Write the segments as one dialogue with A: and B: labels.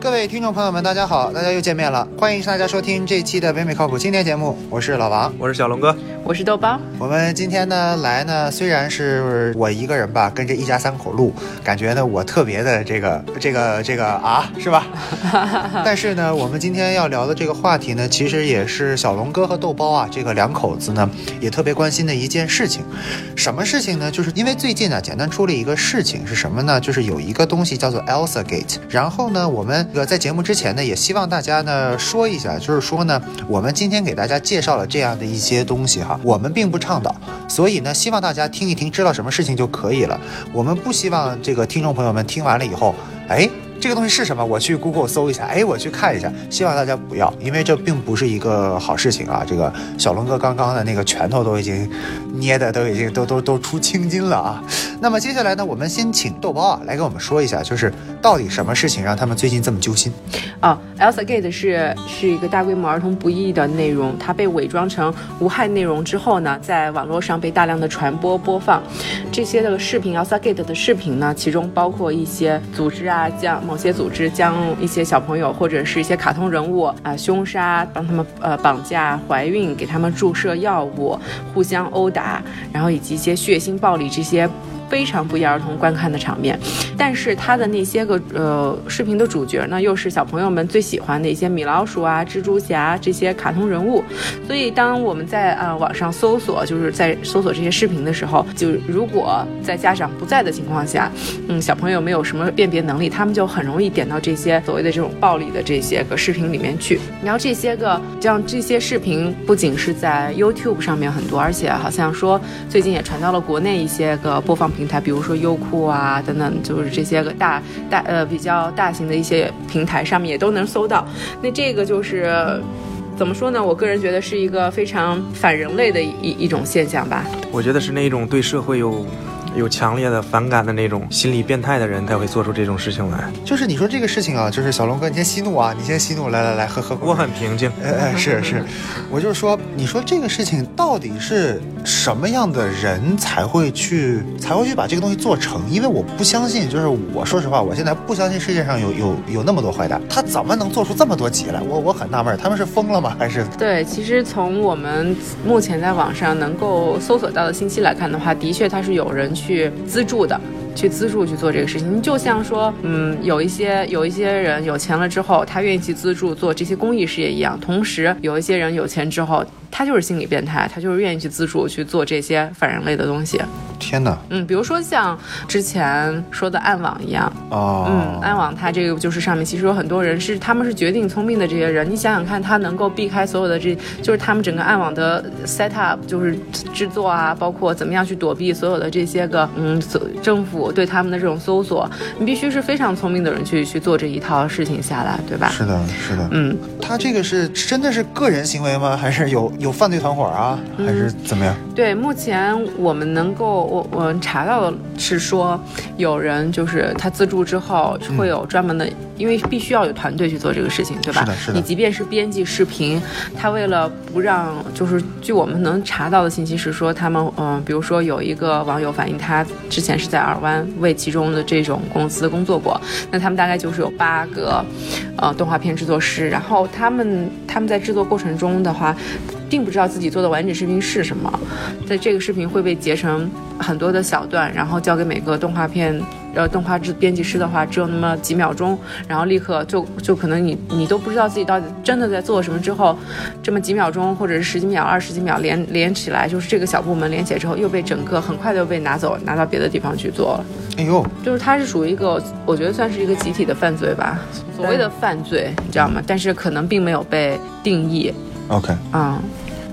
A: 各位听众朋友们，大家好，大家又见面了，欢迎大家收听这一期的北美靠谱青年节目，我是老王。
B: 我是小龙哥，
C: 我是豆包，
A: 我们今天呢来呢，虽然是我一个人吧，跟这一家三口录，感觉呢我特别的这个这个这个啊，是吧？但是呢，我们今天要聊的这个话题呢，其实也是小龙哥和豆包啊这个两口子呢也特别关心的一件事情。什么事情呢？就是因为最近啊，简单出了一个事情是什么呢？就是有一个东西叫做 Elsa Gate。然后呢，我们呃在节目之前呢，也希望大家呢说一下，就是说呢，我们今天给大家介绍了这样的一些东西哈，我们并不倡导，所以呢，希望大家听一听，知道什么事情就可以了。我们不希望这个听众朋友们听完了以后，哎。这个东西是什么？我去 Google 搜一下，哎，我去看一下。希望大家不要，因为这并不是一个好事情啊。这个小龙哥刚刚的那个拳头都已经捏的都已经都都都出青筋了啊。那么接下来呢，我们先请豆包啊来跟我们说一下，就是到底什么事情让他们最近这么揪心？
C: 啊、e l s a Gate 是是一个大规模儿童不宜的内容，它被伪装成无害内容之后呢，在网络上被大量的传播播放。这些的视频，Elsa Gate 的视频呢，其中包括一些组织啊，将某些组织将一些小朋友或者是一些卡通人物啊、凶杀，帮他们呃绑架、怀孕，给他们注射药物，互相殴打，然后以及一些血腥暴力这些。非常不宜儿童观看的场面，但是它的那些个呃视频的主角呢，又是小朋友们最喜欢的一些米老鼠啊、蜘蛛侠这些卡通人物，所以当我们在呃网上搜索，就是在呃搜索这些视频的时候，就如果在家长不在的情况下，嗯，小朋友没有什么辨别能力，他们就很容易点到这些所谓的这种暴力的这些个视频里面去。然后这些个像这些视频，不仅是在 YouTube 上面很多，而且好像说最近也传到了国内一些个播放平台，比如说优酷啊等等，就是这些个大大呃比较大型的一些平台上面也都能搜到。那这个就是。怎么说呢？我个人觉得是一个非常反人类的一一一种现象吧。
B: 我觉得是那种对社会有有强烈的反感的那种心理变态的人才会做出这种事情来。
A: 就是你说这个事情啊，就是小龙哥，你先息怒啊，你先息怒，来来来，喝喝口水。
B: 我很平静，
A: 哎哎，是是，我就是说，你说这个事情到底是什么样的人才会去才会去把这个东西做成？因为我不相信，就是我说实话，我现在不相信世界上有有有那么多坏蛋，他怎么能做出这么多集来？我我很纳闷，他们是疯了吗？还是
C: 对，其实从我们目前在网上能够搜索到的信息来看的话，的确它是有人去资助的。去资助去做这个事情，就像说，嗯，有一些有一些人有钱了之后，他愿意去资助做这些公益事业一样。同时，有一些人有钱之后，他就是心理变态，他就是愿意去资助去做这些反人类的东西。
A: 天哪
C: 嗯，比如说像之前说的暗网一样，
A: 哦，
C: 嗯，暗网它这个就是上面其实有很多人是他们是绝顶聪明的这些人，你想想看，他能够避开所有的这，就是他们整个暗网的 set up，就是制作啊，包括怎么样去躲避所有的这些个嗯所政府对他们的这种搜索，你必须是非常聪明的人去去做这一套事情下来，对吧？
A: 是的，是的，
C: 嗯，
A: 他这个是真的是个人行为吗？还是有有犯罪团伙啊？还是怎么样？
C: 对，目前我们能够我我们查到的是说，有人就是他资助之后
A: 嗯
C: 会有专门的，因为必须要有团队去做这个事情，对吧？
A: 是的是的
C: 你即便是编辑视频，他为了不让，就是据我们能查到的信息是说，他们嗯、呃比如说有一个网友反映，他之前是在耳湾为其中的这种公司工作过，那他们大概就是有八个，呃，动画片制作师，然后他们他们在制作过程中的话，并不知道自己做的完整视频是什么，在这个视频会被截成很多的小段，然后交给每个动画片。呃，动画制编辑师的话，只有那么几秒钟，然后立刻就就可能你你都不知道自己到底真的在做什么。之后，这么几秒钟或者是十几秒、二十几秒连连起来，就是这个小部门连起来之后，又被整个很快就被拿走，拿到别的地方去做了。
A: 哎呦，
C: 就是它是属于一个，我觉得算是一个集体的犯罪吧，所谓的犯罪，你知道吗？但是可能并没有被定义
A: OK，
C: 啊、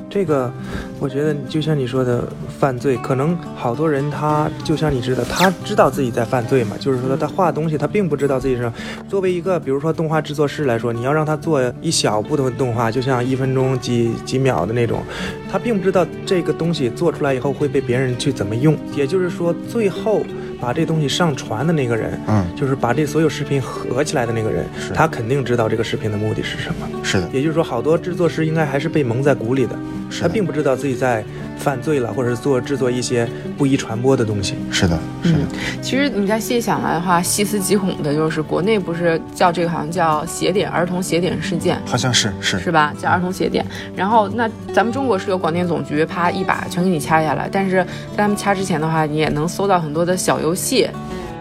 B: 这个我觉得就像你说的犯罪，可能好多人他就像你知道，他知道自己在犯罪嘛，就是说他画东西，他并不知道自己是。作为一个比如说动画制作师来说，你要让他做一小部分动画，就像一分钟几几秒的那种，他并不知道这个东西做出来以后会被别人去怎么用。也就是说，最后把这东西上传的那个人，
A: 嗯，
B: 就是把这所有视频合起来的那个人
A: 是，
B: 他肯定知道这个视频的目的是什么。
A: 是的，
B: 也就是说，好多制作师应该还是被蒙在鼓里的，
A: 是
B: 他
A: 的，
B: 并不知道自己在犯罪了，或者是做制作一些不宜传播的东西。
A: 是的，是的
C: 嗯，其实你再细想来的话，细思极恐的就是国内不是叫这个好像叫邪典儿童邪典事件。
A: 好像是是
C: 是吧？叫儿童邪典。然后那咱们中国是有广电总局，啪一把全给你掐下来。但是在他们掐之前的话，你也能搜到很多的小游戏，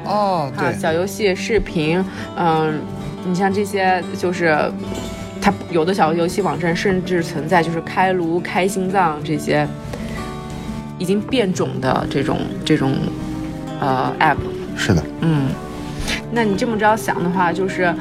A: 哦，
C: 啊，
A: 对，
C: 小游戏、视频，嗯，你像这些就是。它有的小游戏网站甚至存在就是开颅、开心脏这些已经变种的这种这种呃 app，
A: 是的，
C: 嗯，那你这么着想的话，就是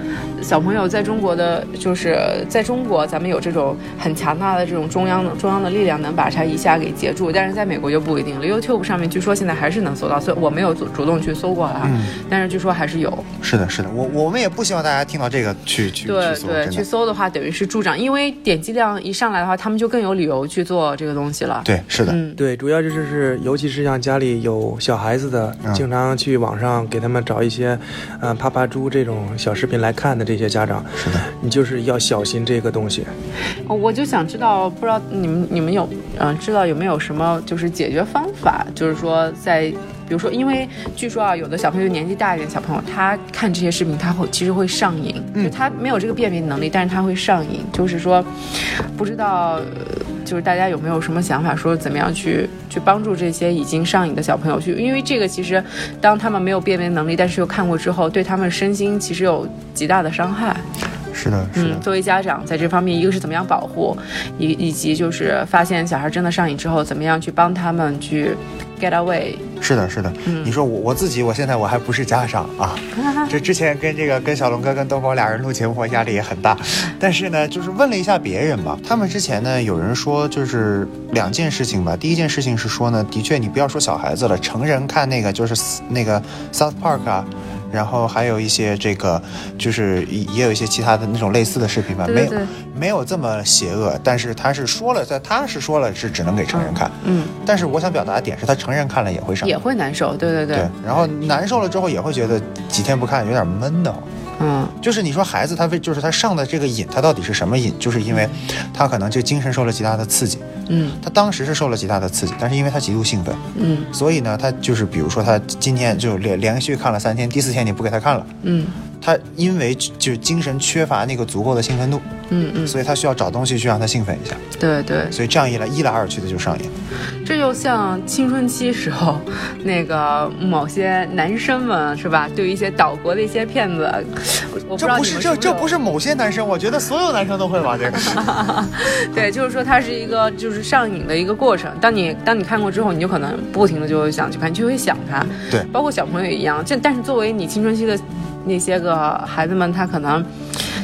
C: 小朋友在中国的，就是在中国，咱们有这种很强大的这种中央的中央的力量，能把它一下给截住。但是在美国就不一定了，YouTube 上面据说现在还是能搜到，所以我没有主主动去搜过了，啊，
A: 嗯，
C: 但是据说还是有。
A: 是的，是的，我我们也不希望大家听到这个去去
C: 对
A: 去搜，
C: 对，
A: 真
C: 去
A: 的，
C: 搜的话，等于是助长，因为点击量一上来的话，他们就更有理由去做这个东西了。
A: 对，是的，
C: 嗯，
B: 对，主要就是是，尤其是像家里有小孩子的，
A: 嗯
B: 经常去网上给他们找一些，嗯、呃，啪啪猪这种小视频来看的这些家长，
A: 是的，
B: 你就是要小心这个东西。
C: 哦我就想知道，不知道你们你们有嗯、知道有没有什么就是解决方法？就是说在比如说，因为据说啊，有的小朋友年纪大一点，小朋友他看这些视频，他会其实会上瘾，就他没有这个辨别能力，但是他会上瘾。就是说，不知道。呃就是大家有没有什么想法，说怎么样去去帮助这些已经上瘾的小朋友去？因为这个其实，当他们没有辨别能力，但是又看过之后，对他们身心其实有极大的伤害。
A: 是的，是
C: 嗯，
A: 的，
C: 作为家长，在这方面，一个是怎么样保护，以以及就是发现小孩真的上瘾之后，怎么样去帮他们去 get away。
A: 是的，是的，
C: 嗯
A: 你说我我自己，我现在我还不是家长啊，这之前跟这个跟小龙哥跟东宝俩人录节目，我压力也很大。但是呢，就是问了一下别人嘛，他们之前呢有人说就是两件事情吧。第一件事情是说呢，的确你不要说小孩子了，成人看那个就是 s- 那个 South Park 啊。然后还有一些这个，就是也也有一些其他的那种类似的视频吧，
C: 对
A: 没
C: 对
A: 有
C: 对
A: 没有这么邪恶，但是他是说了，在他是说了是只能给成人看，
C: 嗯，
A: 但是我想表达的点是他成人看了也会上瘾
C: 也会难受。对对对，
A: 对，然后难受了之后也会觉得几天不看有点闷的慌。
C: 嗯，
A: 就是你说孩子他为就是他上的这个瘾，他到底是什么瘾？就是因为他可能这精神受了极大的刺激，
C: 嗯
A: 他当时是受了极大的刺激，但是因为他极度兴奋，
C: 嗯
A: 所以呢，他就是比如说他今天就连连续看了三天，第四天你不给他看了，
C: 嗯
A: 他因为就就精神缺乏那个足够的兴奋度，
C: 嗯嗯，
A: 所以他需要找东西去让他兴奋一下，
C: 对对，
A: 所以这样一来一来二去的就上瘾。
C: 这就像青春期时候那个某些男生们是吧，对于一些岛国的一些骗子，我我不知
A: 这
C: 道
A: 不
C: 你
A: 是
C: 们
A: 这这不
C: 是
A: 是某些男生，我觉得所有男生都会玩 这个。
C: 有对，就是说它是一个就是上瘾的一个过程。当你当你看过之后，你就可能不停的就会想去看，你就会想它。
A: 对，
C: 包括小朋友也一样。这但是作为你青春期的那些个孩子们，他可能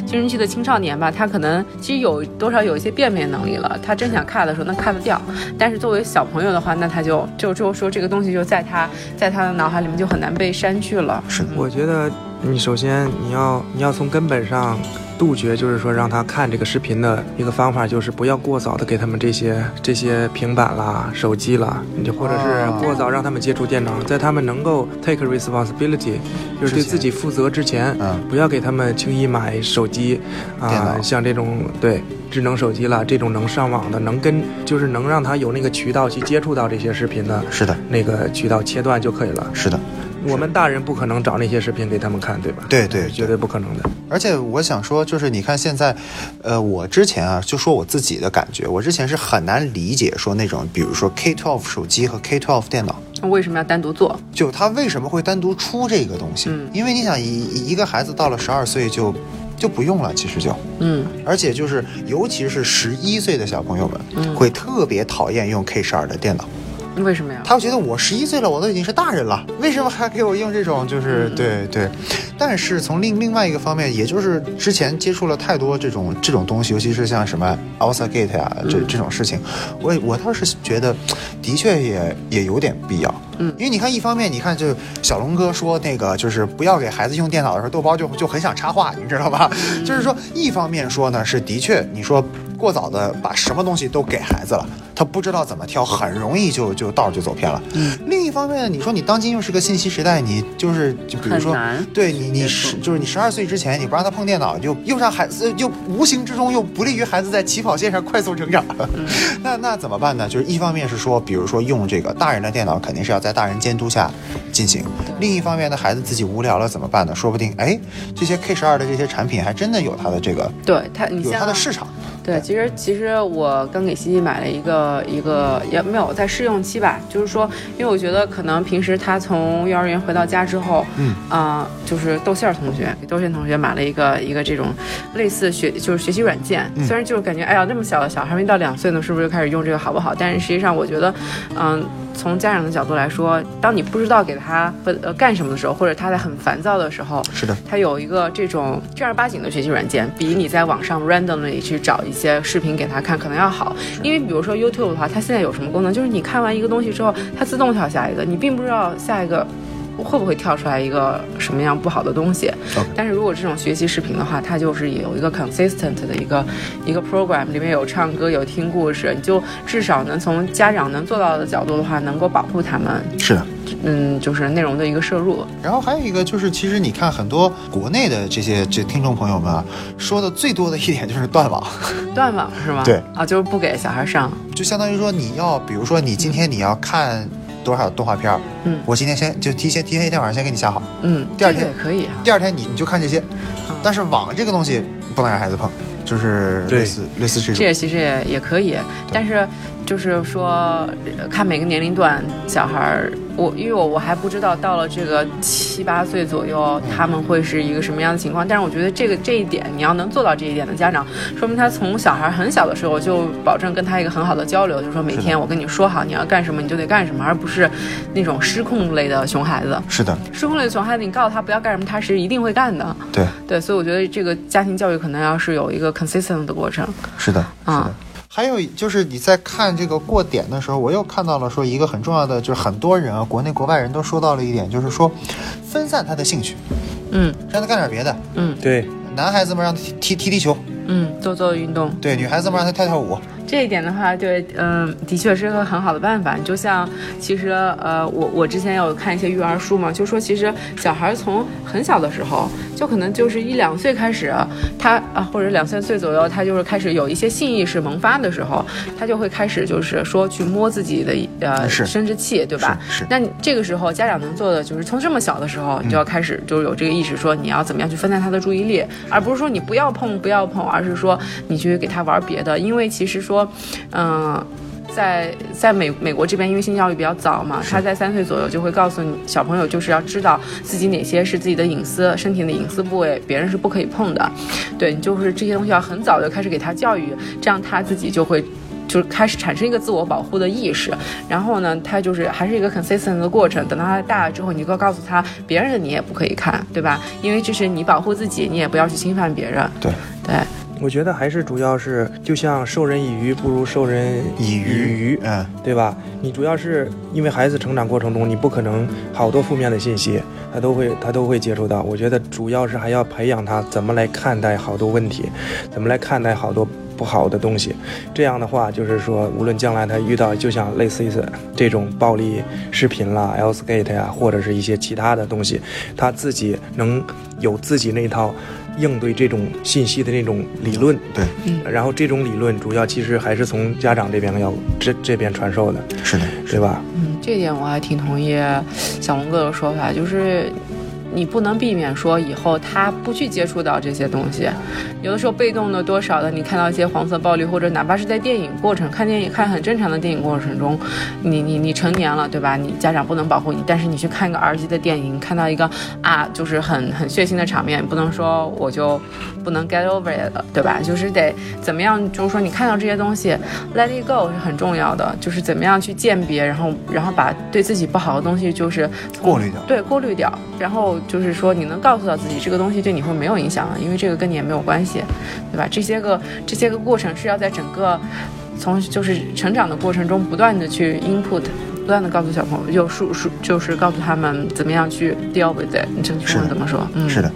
C: 青春期的青少年吧，他可能其实有多少有一些辨别能力了。他真想看的时候能看得掉，但是作为小朋友的话，那他就就就说这个东西就在他在他的脑海里面就很难被删去了。
A: 是的
B: 我觉得你首先你要你要从根本上杜绝，就是说让他看这个视频的一个方法，就是不要过早的给他们这些这些平板啦、手机啦，你就或者是
A: 哦
B: 过早让他们接触电脑，在他们能够 take responsibility，就是对
A: 之前
B: 自己负责之前，
A: 嗯
B: 不要给他们轻易买手机
A: 电
B: 啊、
A: 脑
B: 像这种对智能手机啦，这种能上网的，能跟就是能让他有那个渠道去接触到这些视频的
A: 是的，
B: 那个渠道切断就可以了。
A: 是的。
B: 我们大人不可能找那些视频给他们看，对吧？哎
A: 对对
B: 绝对不可能的。
A: 而且我想说，就是你看现在，呃，我之前啊，就说我自己的感觉，我之前是很难理解说那种，比如说 K12 手机和 K12 电脑，
C: 那为什么要单独做？
A: 就它为什么会单独出这个东西？
C: 嗯
A: 因为你想，一一个孩子到了十二岁就就不用了，其实就，
C: 嗯
A: 而且就是尤其是十一岁的小朋友们，
C: 嗯
A: 会特别讨厌用 K 十二的电脑，
C: 为什么呀？
A: 他会觉得我十一岁了，我都已经是大人了，为什么还给我用这种？就是
C: 嗯
A: 对对。但是从另另外一个方面，也就是之前接触了太多这种这种东西，尤其是像什么 Alsa Gate 啊这
C: 嗯
A: 这种事情，我我倒是觉得，的确也也有点必要。
C: 嗯
A: 因为你看，一方面你看，就小龙哥说那个，就是不要给孩子用电
D: 嗯
A: 脑的时候，豆包就就很想插话，你知道吧？就是说，一方面说呢，是的确，你说过早的把什么东西都给孩子了，他不知道怎么挑，很容易就就道儿就走偏了。
D: 嗯
A: 另一方面，你说你当今又是个信息时代，你就是就比如说
D: 很难，
A: 对你
D: 接
A: 你
D: 触
A: 十就是你十二岁之前，你不让他碰电脑，就又让孩子就无形之中又不利于孩子在起跑线上快速成长。
D: 嗯
A: 那那怎么办呢？就是一方面是说，比如说用这个大人的电脑，肯定是要在大人监督下进行；另一方面呢，孩子自己无聊了怎么办呢？说不定哎，这些 K 十二的这些产品还真的有它的这个
C: 对它，你
A: 有
C: 像
A: 它的市场。
C: 对，其实其实我刚给西西买了一个一个也没有在试用期吧，就是说，因为我觉得可能平时他从幼儿园回到家之后，
A: 嗯
C: 啊、就是豆馅儿同学给豆馅同学买了一个一个这种类似学就是学习软件，
A: 嗯
C: 虽然就是感觉哎呀那么小的小孩还没到两岁呢，是不是就开始用这个好不好？但是实际上我觉得，嗯、从家长的角度来说，当你不知道给他呃干什么的时候，或者他在很烦躁的时候，
A: 是的，
C: 它有一个这种正儿八经的学习软件，比你在网上 randomly 去找一些视频给他看可能要好。因为比如说 YouTube 的话，它现在有什么功能，就是你看完一个东西之后，它自动跳下一个，你并不知道下一个。会不会跳出来一个什么样不好的东西
A: OK
C: 但是如果这种学习视频的话，它就是有一个 consistent 的一个一个 program，里面有唱歌，有听故事，你就至少能从家长能做到的角度的话，能够保护他们，
A: 是的。
C: 嗯，就是内容的一个摄入。
A: 然后还有一个就是，其实你看很多国内的这些这听众朋友们啊，说的最多的一点就是断网，
C: 断网是吗？
A: 对
C: 啊，就是不给小孩上。
A: 就相当于说你要，比如说你今天你要看多少动画片儿，
C: 嗯
A: 我今天先就提前提前一天晚上先给你下好，
C: 嗯，
A: 第二
C: 这个
A: 天
C: 也可以啊。
A: 第二天你你就看这些，但是网这个东西不能让孩子碰，就是
B: 对
A: 类似类似这
C: 这
A: 种。
C: 也其实也也可以，但是就是说，呃看每个年龄段小孩儿，我因为我我还不知道到了这个七八岁左右他们会是一个什么样的情况，但是我觉得这个这一点你要能做到这一点的家长，说明他从小孩很小的时候就保证跟他一个很好的交流，就是说每天我跟你说好你要干什么你就得干什么，而不是那种失控类的熊孩子。
A: 是的，
C: 失控类的熊孩子，你告诉他不要干什么，他是一定会干的。
A: 对，
C: 对，所以我觉得这个家庭教育可能要是有一个 consistent 的过程。
A: 是的，是的。
C: 啊
A: 还有就是你在看这个过点的时候，我又看到了说一个很重要的，就是很多人啊，国内国外人都说到了一点，就是说分散他的兴趣，
C: 嗯
A: 让他干点别的。
B: 对，
A: 男孩子们让他踢踢踢踢球，
C: 嗯，多做运动
A: 对，女孩子们让他跳跳舞，
C: 这一点的话，对，嗯，的确是个很好的办法。就像其实呃，我我之前有看一些育儿书嘛，就说其实小孩从很小的时候，就可能就是一两岁开始，他啊或者两三岁左右，他就是开始有一些性意识萌发的时候，他就会开始就是说去摸自己的呃
A: 是
C: 生殖器，对吧？
A: 是是
C: 那你这个时候家长能做的就是从这么小的时候，你就要开始就是有这个意识，说你要怎么样去分散他的注意力，而不是说你不要碰不要碰，而是说你去给他玩别的，因为其实说，嗯、在在美美国这边，因为性教育比较早嘛，他在三岁左右就会告诉你小朋友，就是要知道自己哪些是自己的隐私，身体的隐私部位别人是不可以碰的。对，你就是这些东西要很早就开始给他教育，这样他自己就会。就是开始产生一个自我保护的意识，然后呢，他就是还是一个 consistent 的过程。等到他大了之后，你就告诉他，别人的你也不可以看，对吧？因为这是你保护自己，你也不要去侵犯别人。
A: 对
C: 对，
B: 我觉得还是主要是，就像授人以鱼不如授人
A: 以
B: 鱼
A: 鱼，嗯，
B: 对吧？你主要是因为孩子成长过程中，你不可能好多负面的信息，他都会他都会接触到。我觉得主要是还要培养他怎么来看待好多问题，怎么来看待好多不好的东西。这样的话，就是说，无论将来他遇到，就像类似于是这种暴力视频啦、L skate 呀、或者是一些其他的东西，他自己能有自己那套应对这种信息的那种理论。
A: 对，
B: 然后这种理论主要其实还是从家长这边要这这边传授的，
A: 是的，
B: 对吧？
C: 嗯，这点我还挺同意小龙哥的说法，就是你不能避免说以后他不去接触到这些东西，有的时候被动的多少的，你看到一些黄色暴力，或者哪怕是在电影过程看电影看很正常的电影过程中，你你你成年了对吧？你家长不能保护你，但是你去看一个 R 级的电影，看到一个啊就是很很血腥的场面，不能说我就不能 get over it 了，对吧？就是得怎么样，就是说你看到这些东西，let it go 是很重要的，就是怎么样去鉴别，然后然后把对自己不好的东西就是从
A: 过滤掉
C: 对，过滤掉，然后就是说你能告诉到自己这个东西对你会没有影响，啊因为这个跟你也没有关系，对吧？这些个这些个过程是要在整个从就是成长的过程中不断的去 input 不断的告诉小朋友，就数数就是告诉他们怎么样去 deal with it，你这个
A: 是
C: 中
A: 的
C: 文怎么说？嗯，
A: 是的，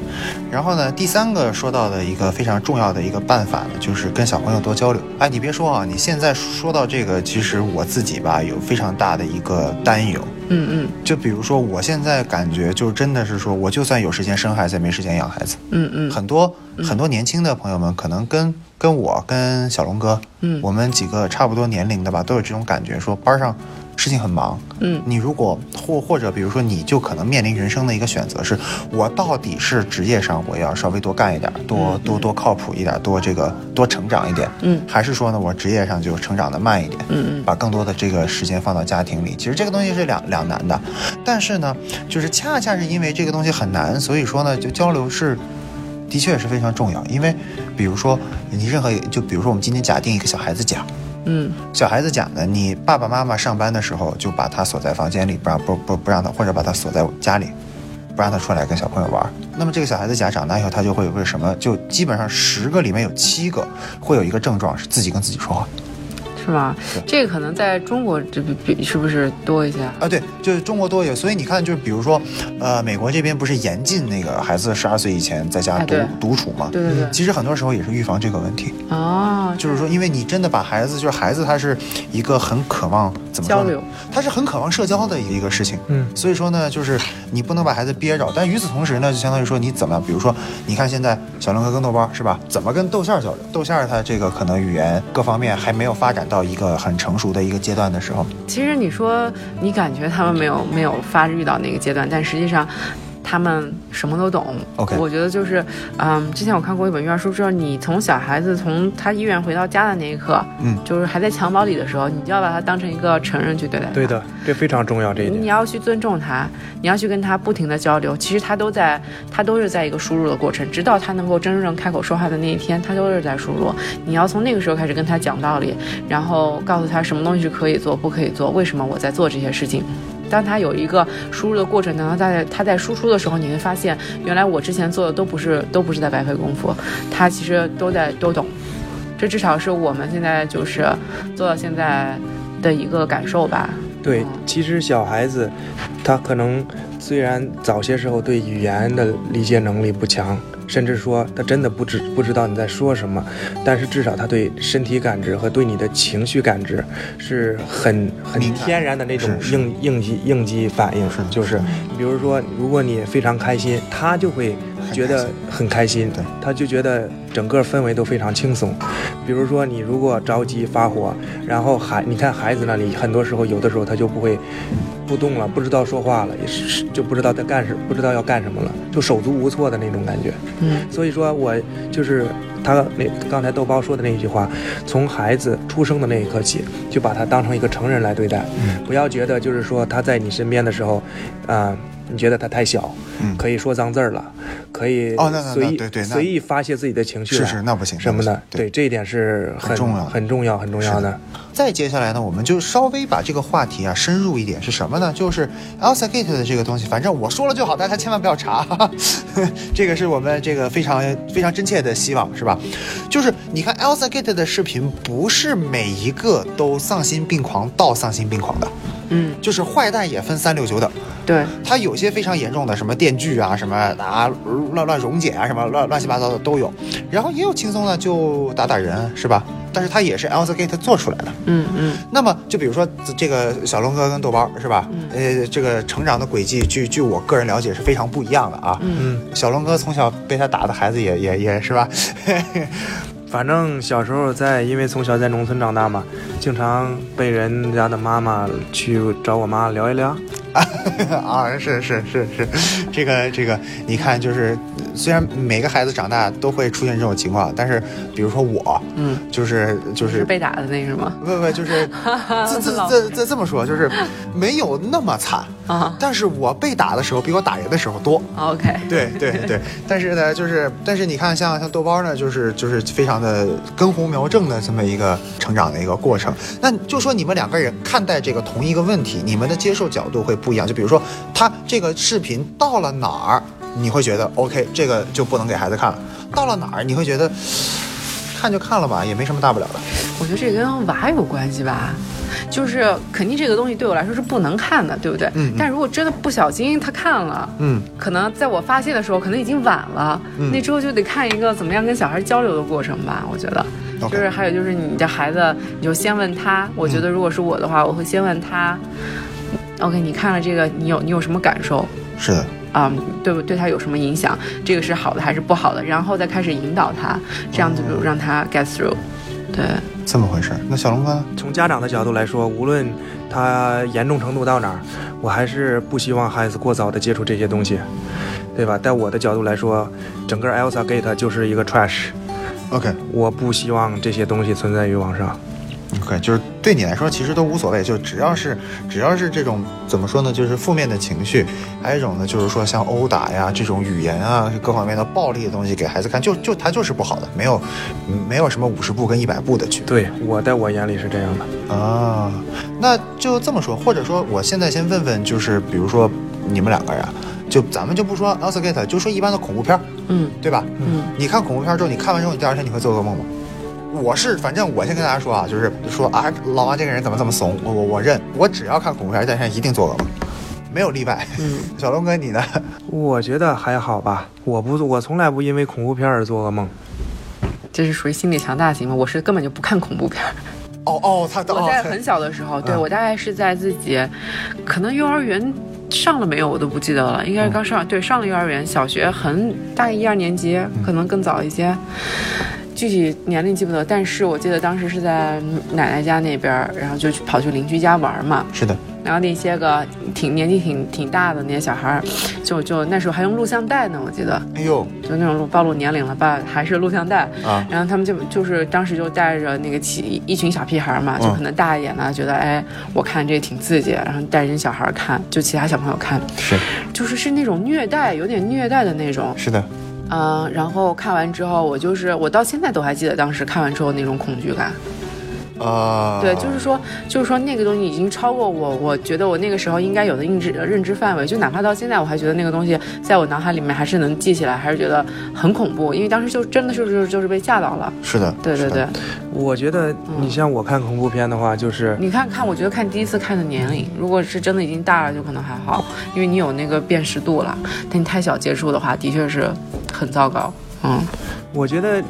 A: 然后呢，第三个说到的一个非常重要的一个办法呢，就是跟小朋友多交流。哎，你别说啊，你现在说到这个，其实我自己吧有非常大的一个担忧。
C: 嗯嗯
A: 就比如说，我现在感觉就真的是说，我就算有时间生孩子，也没时间养孩子。
C: 嗯嗯，
A: 很多很多年轻的朋友们，可能跟跟我跟小龙哥，
C: 嗯
A: 我们几个差不多年龄的吧，都有这种感觉，说班上事情很忙，
C: 嗯
A: 你如果或或者比如说，你就可能面临人生的一个选择是：我到底是职业上我要稍微多干一点，多多多靠谱一点，多这个多成长一点，
C: 嗯
A: 还是说呢，我职业上就成长的慢一点，
C: 嗯
A: 把更多的这个时间放到家庭里。其实这个东西是两两难的，但是呢，就是恰恰是因为这个东西很难，所以说呢，就交流是。的确是非常重要，因为，比如说你任何就比如说我们今天假定一个小孩子讲，
C: 嗯
A: 小孩子讲的，你爸爸妈妈上班的时候就把他锁在房间里，不让不不不让他，或者把他锁在家里，不让他出来跟小朋友玩儿。那么这个小孩子家长大以后，他就会为什么？就基本上十个里面有七个会有一个症状是自己跟自己说话
C: 嗯，是吗？这个可能在中国这比比是不是多一些？
A: 啊，对，就是中国多一点。所以你看，就是比如说，呃，美国这边不是严禁那个孩子十二岁以前在家
C: 哎
A: 独、
C: 对
A: 独处吗？
C: 对对对，
A: 其实很多时候也是预防这个问题，
C: 哦，
A: 就是说，因为你真的把孩子，就是孩子，他是一个很渴望怎么说
C: 交
A: 呢
C: 流，
A: 他是很渴望社交的一个事情。
B: 嗯
A: 所以说呢，就是你不能把孩子憋着，但与此同时呢，就相当于说你怎么样？比如说，你看现在小龙哥跟豆包是吧？怎么跟豆馅儿交流？豆馅儿他这个可能语言各方面还没有发展到一个很成熟的一个阶段的时候，
C: 其实你说你感觉他们没有没有发育到那个阶段，但实际上。他们什么都懂
A: OK
C: 我觉得就是，嗯，之前我看过一本育儿书，说你从小孩子从他医院回到家的那一刻，
A: 嗯
C: 就是还在襁褓里的时候，你就要把他当成一个成人去对待。
B: 对的，这非常重要这一
A: 嗯
C: 你
B: 点。
C: 要去尊重他，你要去跟他不停的交流。其实他都在，他都是在一个输入的过程，直到他能够真正开口说话的那一天，他都是在输入。你要从那个时候开始跟他讲道理，然后告诉他什么东西是可以做，不可以做，为什么我在做这些事情。当他有一个输入的过程，当他在他在输出的时候，你会发现，原来我之前做的都不是都不是在白费功夫，他其实都在都懂。这至少是我们现在就是做到现在的一个感受吧。
B: 对
C: 嗯，
B: 其实小孩子他可能虽然早些时候对语言的理解能力不强，甚至说他真的不知不知道你在说什么，但是至少他对身体感知和对你的情绪感知是很很
A: 敏感
B: 天然的那种
A: 是是
B: 应应激应激反应
A: 是的，
B: 就是比如说如果你非常开心，他就会觉得很开心
A: 对，
B: 他就觉得整个氛围都非常轻松。比如说你如果着急发火，然后孩你看孩子那里很多时候有的时候他就不会不动了，不知道说话了，也是就不知道在干什，不知道要干什么了，就手足无措的那种感觉。
C: 嗯。
B: 所以说我就是他那刚才豆包说的那一句话，从孩子出生的那一刻起，就把他当成一个成人来对待，
A: 嗯
B: 不要觉得就是说他在你身边的时候，啊、你觉得他太小，
A: 嗯
B: 可以说脏字儿了，可以
A: 哦那那那
B: 随意
A: 对对那
B: 随意发泄自己的情绪
A: 是
B: 了
A: 是，那不行
B: 什么
A: 那
B: 的
A: 不行，
B: 对这一点是很
A: 很重要
B: 很重要很重要
A: 是
B: 的
A: 的。再接下来呢，我们就稍微把这个话题啊深入一点，是什么呢？就是 Elsa Gate 的这个东西，反正我说了就好，大家千万不要查。 哈哈这个是我们这个非常非常真切的希望，是吧？就是你看 Elsa Gate 的视频，不是每一个都丧心病狂到丧心病狂的，
C: 嗯，
A: 就是坏蛋也分三六九等。
C: 对，
A: 它有些非常严重的，什么电锯啊，什么啊乱乱溶解啊，什么乱乱七八糟的都有。然后也有轻松的，就打打人，是吧？但是它也是 Elsa Gate 做出来的。
C: 嗯嗯
A: 那么就比如说这个小龙哥跟豆包是吧？
C: 嗯
A: 呃，这个成长的轨迹，据据我个人了解是非常不一样的啊。
C: 嗯
B: 嗯，
A: 小龙哥从小被他打的孩子也也也是吧？
B: 反正小时候在，因为从小在农村长大嘛，经常被人家的妈妈去找我妈聊一聊。
A: 啊，是是是是，这个这个，你看就是，虽然每个孩子长大都会出现这种情况，但是比如说我，
C: 嗯，
A: 就是就是是
C: 被打的那是吗？
A: 不不，就是 这这这这这么说，就是没有那么惨，
C: 啊
A: 但是我被打的时候比我打人的时候多。
C: ，OK，
A: 对对对，但是呢，就是但是你看像，像豆包呢，就是就是非常的根红苗正的这么一个成长的一个过程。那就说你们两个人看待这个同一个问题，你们的接受角度会不一样。就比如说，他这个视频到了哪儿，你会觉得 OK，这个就不能给孩子看了；到了哪儿，你会觉得看就看了吧，也没什么大不了的。
C: 我觉得这跟娃有关系吧。就是肯定这个东西对我来说是不能看的，对不对？
A: 嗯嗯
C: 但如果真的不小心他看了，
A: 嗯
C: 可能在我发现的时候，可能已经晚了。
A: 嗯
C: 那之后就得看一个怎么样跟小孩交流的过程吧，我觉得。
A: ，OK，嗯
C: 就是还有就是你的孩子，你就先问他。我觉得如果是我的话，我会先问他。OK，你看了这个，你有你有什么感受
A: 是的，
C: 啊、对不对？他有什么影响？这个是好的还是不好的？然后再开始引导他，这样子就让他 get through。对，
A: 这么回事儿。那小龙哥呢？
B: 从家长的角度来说，无论他严重程度到哪儿，我还是不希望孩子过早的接触这些东西，对吧？在我的角度来说，整个 Elsa Gate 就是一个 trash，
A: OK
B: 我不希望这些东西存在于网上。
A: OK，就是对你来说其实都无所谓，就只要是只要是这种怎么说呢，就是负面的情绪，还有一种呢，就是说像殴打呀这种语言啊各方面的暴力的东西给孩子看，就就它就是不好的，没有没有什么五十步跟一百步的区别
B: 对我在我眼里是这样的。
A: 啊。那就这么说，或者说我现在先问问，就是比如说你们两个人啊，就咱们就不说 e l s a g a t e 就说一般的恐怖片儿，
C: 嗯
A: 对吧？
C: 嗯
A: 你看恐怖片之后，你看完之后，你第二天你会做噩梦吗？我是，反正我先跟大家说啊，就是说啊，老王这个人怎么这么怂，我我我认，我只要看恐怖片，第二天一定做噩梦，没有例外。
C: 嗯，
A: 小龙哥，你呢？
B: 我觉得还好吧，我不，我从来不因为恐怖片而做噩梦。
C: 这是属于心理强大型吗？我是根本就不看恐怖片儿。
A: 哦哦，他
C: 我
A: 哦，
C: 在很小的时候，对
A: 嗯
C: 我大概是在自己，可能幼儿园上了没有，我都不记得了，应该
A: 嗯
C: 是刚上，对，上了幼儿园，小学很大概一二年级，
A: 嗯
C: 可能更早一些。具体年龄记不得，但是我记得当时是在奶奶家那边儿，然后就去跑去邻居家玩儿嘛，
A: 是的，
C: 然后那些个挺年纪挺挺大的那些小孩儿，就就那时候还用录像带呢，我记得
A: 哎呦
C: 就那种录暴露年龄了吧，还是录像带，
A: 啊，
C: 然后他们就就是当时就带着那个起一群小屁孩儿嘛，就
A: 嗯
C: 可能大一点的觉得哎，我看这挺刺激，然后带人小孩儿看，就其他小朋友看，
A: 是
C: 就是是那种虐待，有点虐待的那种。
A: 是的，
C: 嗯，然后看完之后，我就是我到现在都还记得当时看完之后那种恐惧感。
A: 啊，
C: 对，就是说，就是说那个东西已经超过我，我觉得我那个时候应该有的认知认知范围，就哪怕到现在，我还觉得那个东西在我脑海里面还是能记起来，还是觉得很恐怖，因为当时就真的是就是就是被吓到了。
A: 是的，
C: 对对
A: 是的
C: 对。，
B: 我觉得你像我看恐怖片的话，就是
C: 你看看，我觉得看第一次看的年龄，如果是真的已经大了，就可能还好，因为你有那个辨识度了。但你太小接触的话，的确是很糟糕。嗯，
B: 我觉得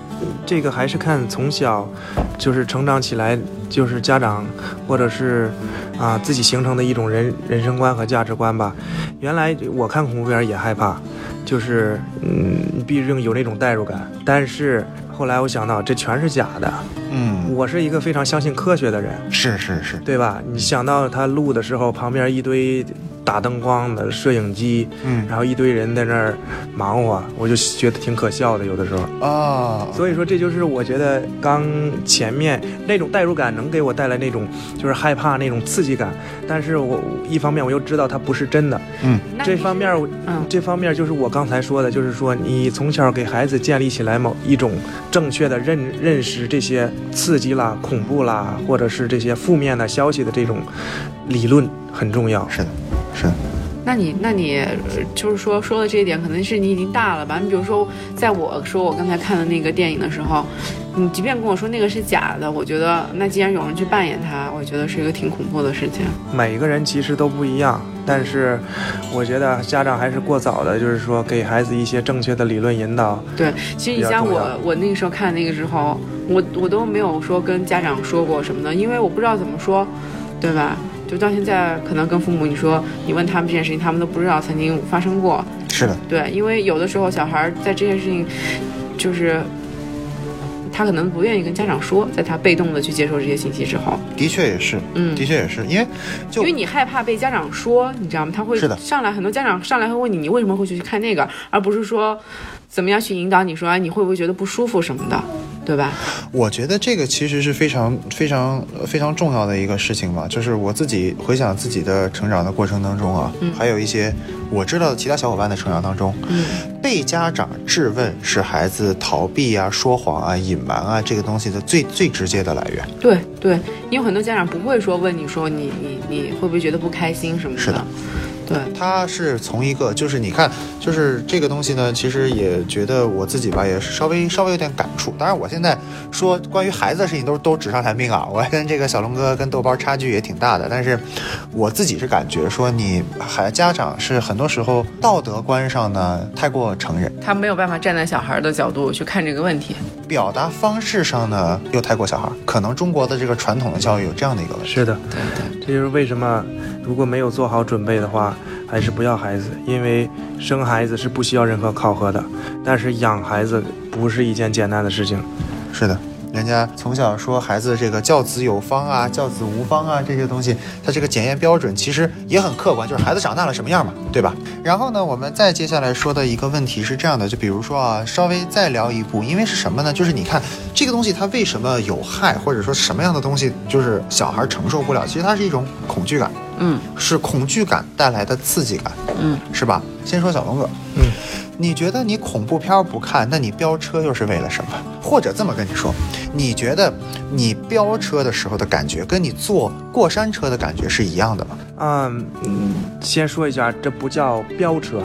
B: 这个还是看从小就是成长起来，就是家长或者是啊、自己形成的一种人人生观和价值观吧。原来我看恐怖片也害怕，就是嗯，毕竟有那种代入感。但是后来我想到，这全是假的。
A: 嗯，
B: 我是一个非常相信科学的人。
A: 是是是，
B: 对吧？你想到他录的时候，旁边一堆打灯光的摄影机，
A: 嗯
B: 然后一堆人在那儿忙活，我就觉得挺可笑的，有的时候。
A: 啊，
B: 所以说，这就是我觉得刚前面那种代入感能给我带来那种就是害怕那种刺激感，但是我一方面我又知道它不是真的，
A: 嗯，
B: 这方面我
C: 嗯
B: 这方面就是我刚才说的，就是说你从小给孩子建立起来某一种正确的认认识这些刺激啦、恐怖啦，或者是这些负面的消息的这种理论很重要。
A: 是的，是的，
C: 那你那你呃就是说说的这一点，可能是你已经大了吧？你比如说，在我说我刚才看的那个电影的时候，你即便跟我说那个是假的，我觉得那既然有人去扮演它，我觉得是一个挺恐怖的事情。
B: 每个人其实都不一样，但是我觉得家长还是过早的，就是说给孩子一些正确的理论引导。
C: 对，其实你
B: 比较
C: 像
B: 重
C: 我
B: 要，
C: 我那个时候看那个时候，我我都没有说跟家长说过什么的，因为我不知道怎么说，对吧？就到现在，可能跟父母你说，你问他们这件事情，他们都不知道曾经发生过。
A: 是的，
C: 对，因为有的时候小孩儿在这件事情，就是他可能不愿意跟家长说，在他被动的去接受这些信息之后，
A: 的确也是，
C: 嗯，
A: 的确也是，因为就
C: 因为你害怕被家长说，你知道吗？他会
A: 是的
C: 上来很多家长上来会问你，你为什么会去看那个，而不是说怎么样去引导你说，哎，你会不会觉得不舒服什么的，对吧？
A: 我觉得这个其实是非常非常呃非常重要的一个事情吧，就是我自己回想自己的成长的过程当中啊，还有一些我知道的其他小伙伴的成长当中，被家长质问是孩子逃避啊、说谎啊、隐瞒啊这个东西的最最直接的来源。
C: 对对，因为很多家长不会说问你说你你你会不会觉得不开心什么
A: 是的
C: 对，
A: 它是从一个就是你看，就是这个东西呢，其实也觉得我自己吧，也是稍微稍微有点感触。当然，我现在说关于孩子的事情都都纸上谈兵啊，我跟这个小龙哥跟豆包差距也挺大的。但是我自己是感觉说你，孩家长是很多时候道德观上呢太过成人，
C: 他没有办法站在小孩的角度去看这个问题。
A: 表达方式上呢又太过小孩。可能中国的这个传统的教育有这样的一个问题。
B: 是的，
C: 对对，
B: 这就是为什么如果没有做好准备的话，还是不要孩子，因为生孩子是不需要任何考核的，但是养孩子不是一件简单的事情。
A: 是的，人家从小说孩子这个教子有方啊，教子无方啊这些东西，它这个检验标准其实也很客观，就是孩子长大了什么样嘛，对吧？然后呢，我们再接下来说的一个问题是这样的，就比如说啊，稍微再聊一步，因为是什么呢？就是你看这个东西它为什么有害，或者说什么样的东西就是小孩承受不了，其实它是一种恐惧感，
C: 嗯
A: 是恐惧感带来的刺激感，
C: 嗯，
A: 是吧？先说小龙哥，
B: 嗯，
A: 你觉得你恐怖片儿不看，那你飙车又是为了什么？或者这么跟你说，你觉得你飙车的时候的感觉，跟你坐过山车的感觉是一样的吗？
B: 啊嗯，先说一下，这不叫飙车，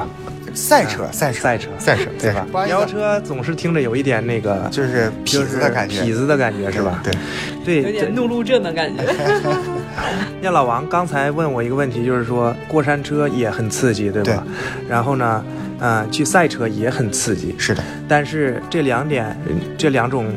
A: 赛车，赛车，
B: 赛车，
A: 赛车，
B: 对吧
A: 不好？意思
B: 飙车总是听着有一点那个，
A: 就是痞
B: 就是
A: 子的感觉，
B: 痞子的感觉是吧？
A: 对，
B: 对，
C: 有
B: 这
C: 点怒路症的感觉。
B: 那老王刚才问我一个问题，就是说过山车也很刺激，对吧？然后呢，呃，去赛车也很刺激，
A: 是的，
B: 但是这两点，嗯这两种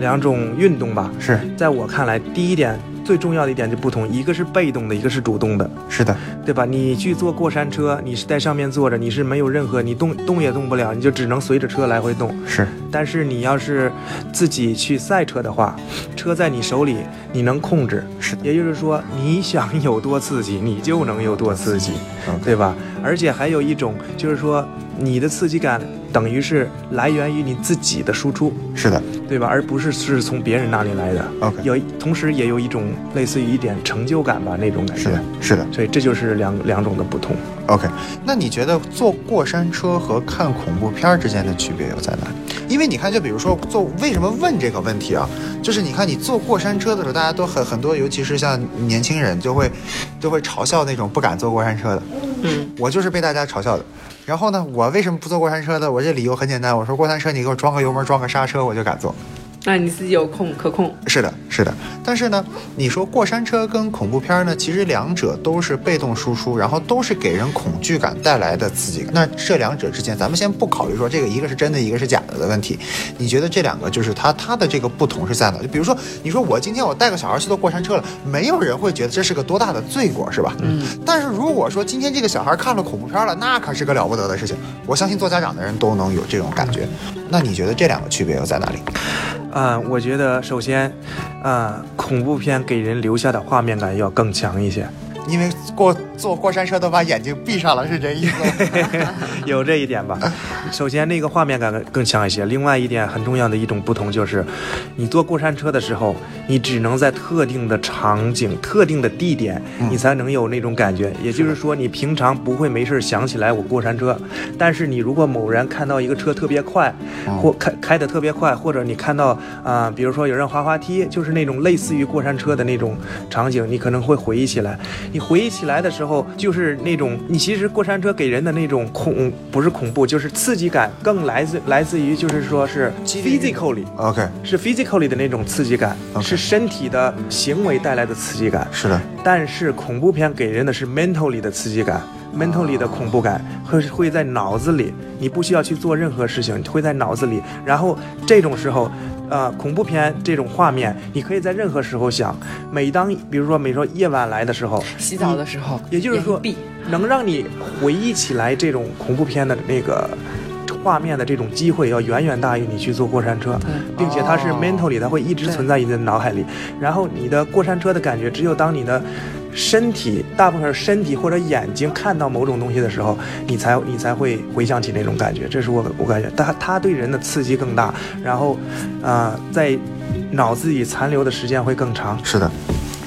B: 两种运动吧，
A: 是
B: 在我看来，第一点最重要的一点就不同，一个是被动的，一个是主动的，
A: 是的，
B: 对吧？你去坐过山车，你是在上面坐着，你是没有任何你动动也动不了，你就只能随着车来回动。
A: 是
B: 但是你要是自己去赛车的话，车在你手里，你能控制，
A: 是的，
B: 也就是说，你想有多刺激，你就能有多刺激，
A: 嗯，
B: 对吧？而且还有一种就是说，你的刺激感等于是来源于你自己的输出，
A: 是的
B: 对吧？而不是是从别人那里来的。
A: ，OK，
B: 有，同时也有一种类似于一点成就感吧，那种感
A: 是
B: 觉
A: 的。，是的
B: 所以这就是两两种的不同。
A: ，OK。那你觉得坐过山车和看恐怖片儿之间的区别又在哪里？因为你看，就比如说坐，为什么问这个问题啊？就是你看你坐过山车的时候，大家都很很多，尤其是像年轻人，就会就会嘲笑那种不敢坐过山车的。
C: 嗯，
A: 我就是被大家嘲笑的。然后呢，我为什么不坐过山车呢？我这理由很简单，我说过山车你给我装个油门，装个刹车，我就敢坐。
C: 那你自己有控可控。
A: 是的，是的。但是呢，你说过山车跟恐怖片呢，其实两者都是被动输出，然后都是给人恐惧感带来的刺激感。那这两者之间，咱们先不考虑说这个一个是真的，一个是假的的问题。你觉得这两个就是它它的这个不同是在哪？就比如说，你说我今天我带个小孩去坐过山车了，没有人会觉得这是个多大的罪过，是吧？
C: 嗯。
A: 但是如果说今天这个小孩看了恐怖片了，那可是个了不得的事情。我相信做家长的人都能有这种感觉。那你觉得这两个区别又在哪里？
B: 啊、我觉得首先，啊、恐怖片给人留下的画面感要更强一些，
A: 因为过坐过山车都把眼睛闭上了，是这意思吗？
B: 有这一点吧。首先，那个画面感更强一些。另外一点很重要的一种不同就是，你坐过山车的时候，你只能在特定的场景、特定的地点，
A: 嗯
B: 你才能有那种感觉。也就是说，你平常不会没事儿想起来我过山车，但是你如果某然看到一个车特别快，
A: 哦
B: 或开开得特别快，或者你看到啊、比如说有人滑滑梯，就是那种类似于过山车的那种场景，你可能会回忆起来。你回忆起来的时候，就是那种你其实过山车给人的那种恐，不是恐怖，就是刺激感，更来自来自于就是说是
A: 激励运
B: physically。
A: OK，
B: 是 physically 的那种刺激感
A: OK
B: 是身体的行为带来的刺激感。
A: 是的，
B: 但是恐怖片给人的是 mentally 的刺激感，mentally 的恐怖感会会在脑子里，你不需要去做任何事情，会在脑子里。然后这种时候，呃，恐怖片这种画面，你可以在任何时候想。每当比如说，每说夜晚来的时候，
C: 洗澡的时候，
B: 嗯也就是说
C: 眼闭
B: 能让你回忆起来这种恐怖片的那个画面的这种机会，要远远大于你去坐过山车。
C: 对
B: 并且它是
A: 哦
B: mentally，它会一直
C: 对
B: 存在你的脑海里。然后你的过山车的感觉，只有当你的身体，大部分是身体或者眼睛看到某种东西的时候，你才你才会回想起那种感觉。这是我我感觉，它它对人的刺激更大，然后，呃，在脑子里残留的时间会更长。
A: 是的，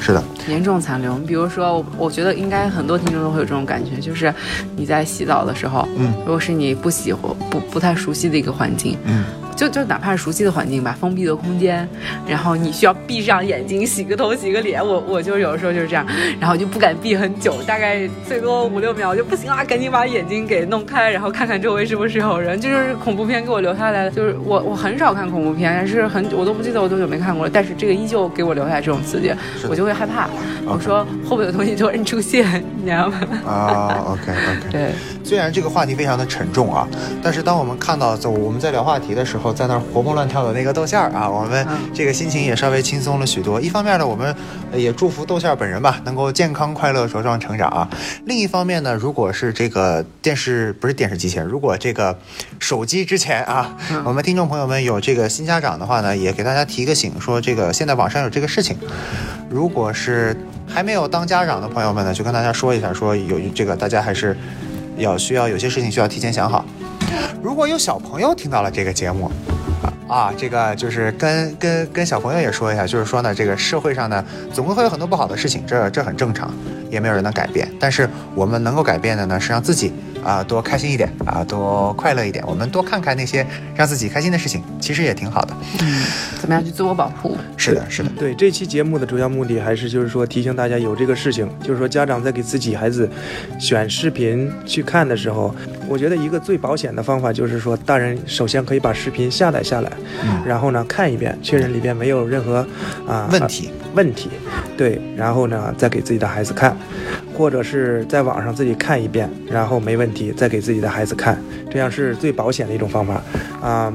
A: 是的。
C: 严重残留。比如说，我觉得应该很多听众都会有这种感觉，就是你在洗澡的时候，
A: 嗯，
C: 如果是你不喜欢、不不太熟悉的一个环境，
A: 嗯，
C: 就就哪怕是熟悉的环境吧，封闭的空间，然后你需要闭上眼睛洗个头、洗个脸，我我就有时候就是这样，然后就不敢闭很久，大概最多五六秒我就不行啦，赶紧把眼睛给弄开，然后看看周围是不是有人。这就是恐怖片给我留下来的，就是我我很少看恐怖片，但是很我都不记得我多久没看过了，但是这个依旧给我留下来这种刺激，
A: 是的
C: 我就会害怕，我
A: OK
C: 说会不会有东西突然出现，你知道吗？
A: 啊，OK OK。
C: 对，
A: 虽然这个话题非常的沉重啊，但是当我们看到走我们在聊话题的时候，在那儿活蹦乱跳的那个豆馅儿啊，我们
C: 嗯
A: 这个心情也稍微轻松了许多。一方面呢，我们呃也祝福豆馅儿本人吧，能够健康快乐茁壮成长啊。另一方面呢，如果是这个电视不是电视机前，如果这个手机之前啊，
C: 嗯
A: 我们听众朋友们有这个新家长的话呢，也给大家提个醒，说这个现在网上有这个事情，如果是还没有当家长的朋友们呢，就跟大家说一下，说有这个大家还是要需要有些事情需要提前想好。如果有小朋友听到了这个节目，啊，这个就是跟跟跟小朋友也说一下，就是说呢，这个社会上呢，总会会有很多不好的事情，这这很正常，也没有人能改变。但是我们能够改变的呢，是让自己啊、多开心一点啊、多快乐一点。我们多看看那些让自己开心的事情，其实也挺好的。
C: 嗯怎么样去自我保护？
A: 是的，是的，
B: 对这期节目的主要目的还是就是说提醒大家有这个事情，就是说家长在给自己孩子选视频去看的时候，我觉得一个最保险的方法就是说，大人首先可以把视频下载下来，
A: 嗯
B: 然后呢看一遍，确认里边没有任何啊、
A: 问题
B: 问题，对，然后呢再给自己的孩子看，或者是在网上自己看一遍，然后没问题再给自己的孩子看，这样是最保险的一种方法啊、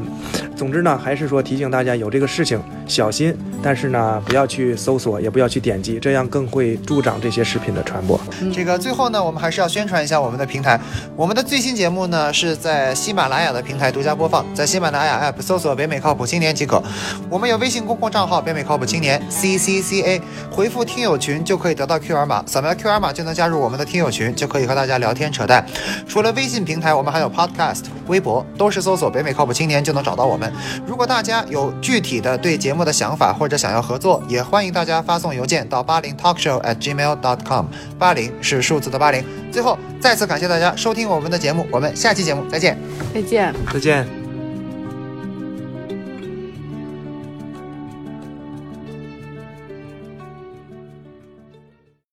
B: 总之呢，还是说提醒大家有这个事情小心，但是呢不要去搜索，也不要去点击，这样更会助长这些视频的传播。
A: 这个最后呢，我们还是要宣传一下我们的平台。我们的最新节目呢是在喜马拉雅的平台独家播放，在喜马拉雅 App 搜索“北美靠谱青年”即可。我们有微信公共账号“北美靠谱青年 ”（CCCA），回复“听友群”就可以得到 QR 码，扫描 QR 码就能加入我们的听友群，就可以和大家聊天扯淡。除了微信平台，我们还有 Podcast、微博，都是搜索“北美靠谱青年”就能找到我们。如果大家有具体的对节目的想法或者想要合作，也欢迎大家发送邮件到八零 talkshow at gmail dot com，八零是数字的八零。最后，再次感谢大家收听我们的节目，我们下期节目再见。
C: 再见。
B: 再见。